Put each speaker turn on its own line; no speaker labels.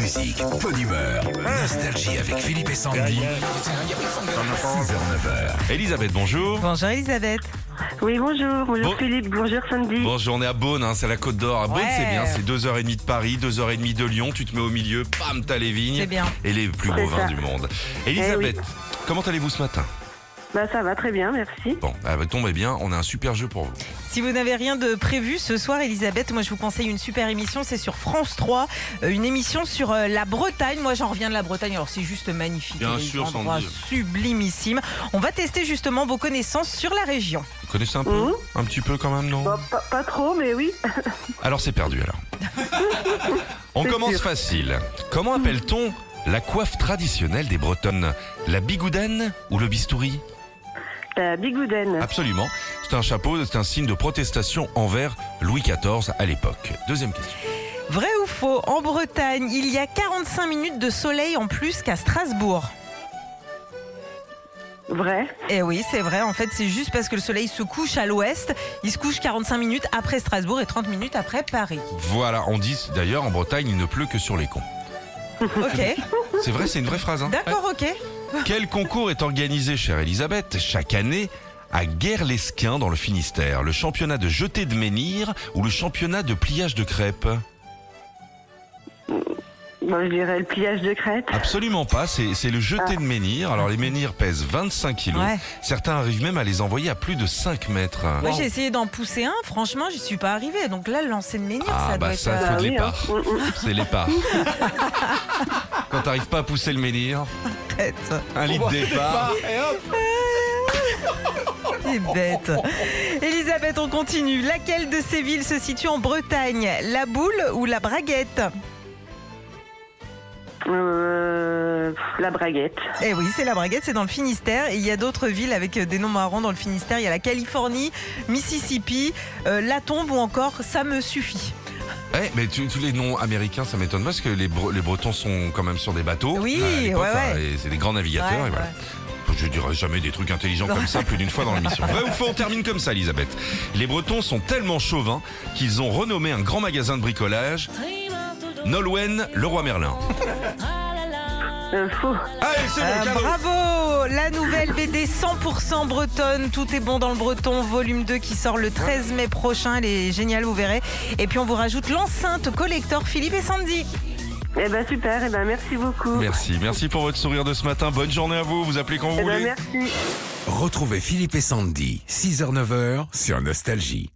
musique, bonne humeur, nostalgie avec Philippe et Sandy. 6h-9h.
Elisabeth, bonjour.
Bonjour Elisabeth.
Oui, bonjour. Bonjour
Bon-
Philippe, bonjour Sandy.
Bonne journée à Beaune, hein, c'est la Côte d'Or. À Beaune,
Ouais.
c'est bien, c'est 2h30 de Paris, 2h30 de Lyon. Tu te mets au milieu, pam, t'as les vignes.
C'est bien.
Et les plus
C'est
beaux vins
ça.
du monde. Elisabeth,
Eh
comment allez-vous ce matin
Bah ça va très bien, merci.
Bon, ah bah, tombez bien, on a un super jeu pour vous.
Si vous n'avez rien de prévu ce soir, Elisabeth, moi je vous conseille une super émission. C'est sur France 3, euh, une émission sur euh, la Bretagne. Moi j'en reviens de la Bretagne, alors c'est juste magnifique.
Bien
Il y a des
sûr, Sandy.
endroits sublimissime. On va tester justement vos connaissances sur la région.
Vous connaissez un peu
Mhm.
Un petit peu quand même, non
Bon, pas, pas trop, mais oui.
Alors c'est perdu alors. on
C'est
commence
sûr.
facile. Comment appelle-t-on la coiffe traditionnelle des Bretonnes La bigoudaine ou le bistouri
La
Ah.
bigoudaine.
Absolument. C'est un chapeau, c'est un signe de protestation envers Louis XIV à l'époque. Deuxième question.
Vrai ou faux, en Bretagne, il y a 45 minutes de soleil en plus qu'à Strasbourg.
Vrai.
Eh oui, c'est vrai. En fait, c'est juste parce que le soleil se couche à l'ouest. Il se couche 45 minutes après Strasbourg et 30 minutes après Paris.
Voilà, on dit d'ailleurs en Bretagne, il ne pleut que sur les cons.
Ok,
C'est vrai, c'est une vraie phrase. Hein
d'accord, ok.
Ouais. Quel concours est organisé, chère Elisabeth, chaque année à Guerlesquin dans le Finistère Le championnat de jeté de menhir ou le championnat de pliage de crêpes
Bon, je dirais le pliage de crête.
Absolument pas, c'est c'est le jeté de menhir. Alors les menhirs pèsent 25 kilos.
Ah. Ouais.
Certains arrivent même à les envoyer à plus de 5 mètres.
Moi, j'ai essayé d'en pousser un. Franchement, j'y suis pas arrivée. Donc là, le lancer de menhir,
Ah
ça doit
bah
être.
ça,
euh,
faut de
oui,
l'épars.
hein. Mm, mm.
C'est l'épars. Quand t'arrives pas à pousser le menhir,
bête.
un litre départ.
C'est bête. Elisabeth, on continue. Laquelle de ces villes se situe en Bretagne La boule ou la braguette
mm. Euh, pff, la braguette.
Eh oui, c'est la braguette, c'est dans le Finistère. Et il y a d'autres villes avec euh, des noms marrants dans le Finistère. Il y a la Californie, Mississippi, euh, la tombe ou encore ça me suffit.
Eh, mais tu- tous les noms américains, ça m'étonne pas, parce que les, Bre- les Bretons sont quand même sur des bateaux.
Oui,
à l'époque,
ouais,
hein,
ouais.
et C'est des grands navigateurs.
Ouais,
et voilà.
ouais.
Je dirais jamais des trucs intelligents
Non.
comme ça plus d'une fois dans l'émission. Vrai ou faux, on termine comme ça, Elisabeth. Les Bretons sont tellement chauvins qu'ils ont renommé un grand magasin de bricolage Nolwenn Leroy Merlin.
Euh, faux.
Allez, c'est
Euh,
bon, cadeau.
bravo La nouvelle BD 100% bretonne, Tout est bon dans le breton, volume 2 qui sort le 13 mai prochain. Elle est géniale, vous verrez. Et puis on vous rajoute l'enceinte collector Philippe et Sandy.
Eh ben super, eh ben merci beaucoup.
Merci, merci pour votre sourire de ce matin. Bonne journée à vous. Vous appelez quand vous
Eh ben,
voulez.
merci.
Retrouvez Philippe et Sandy, 6h-9h sur Nostalgie.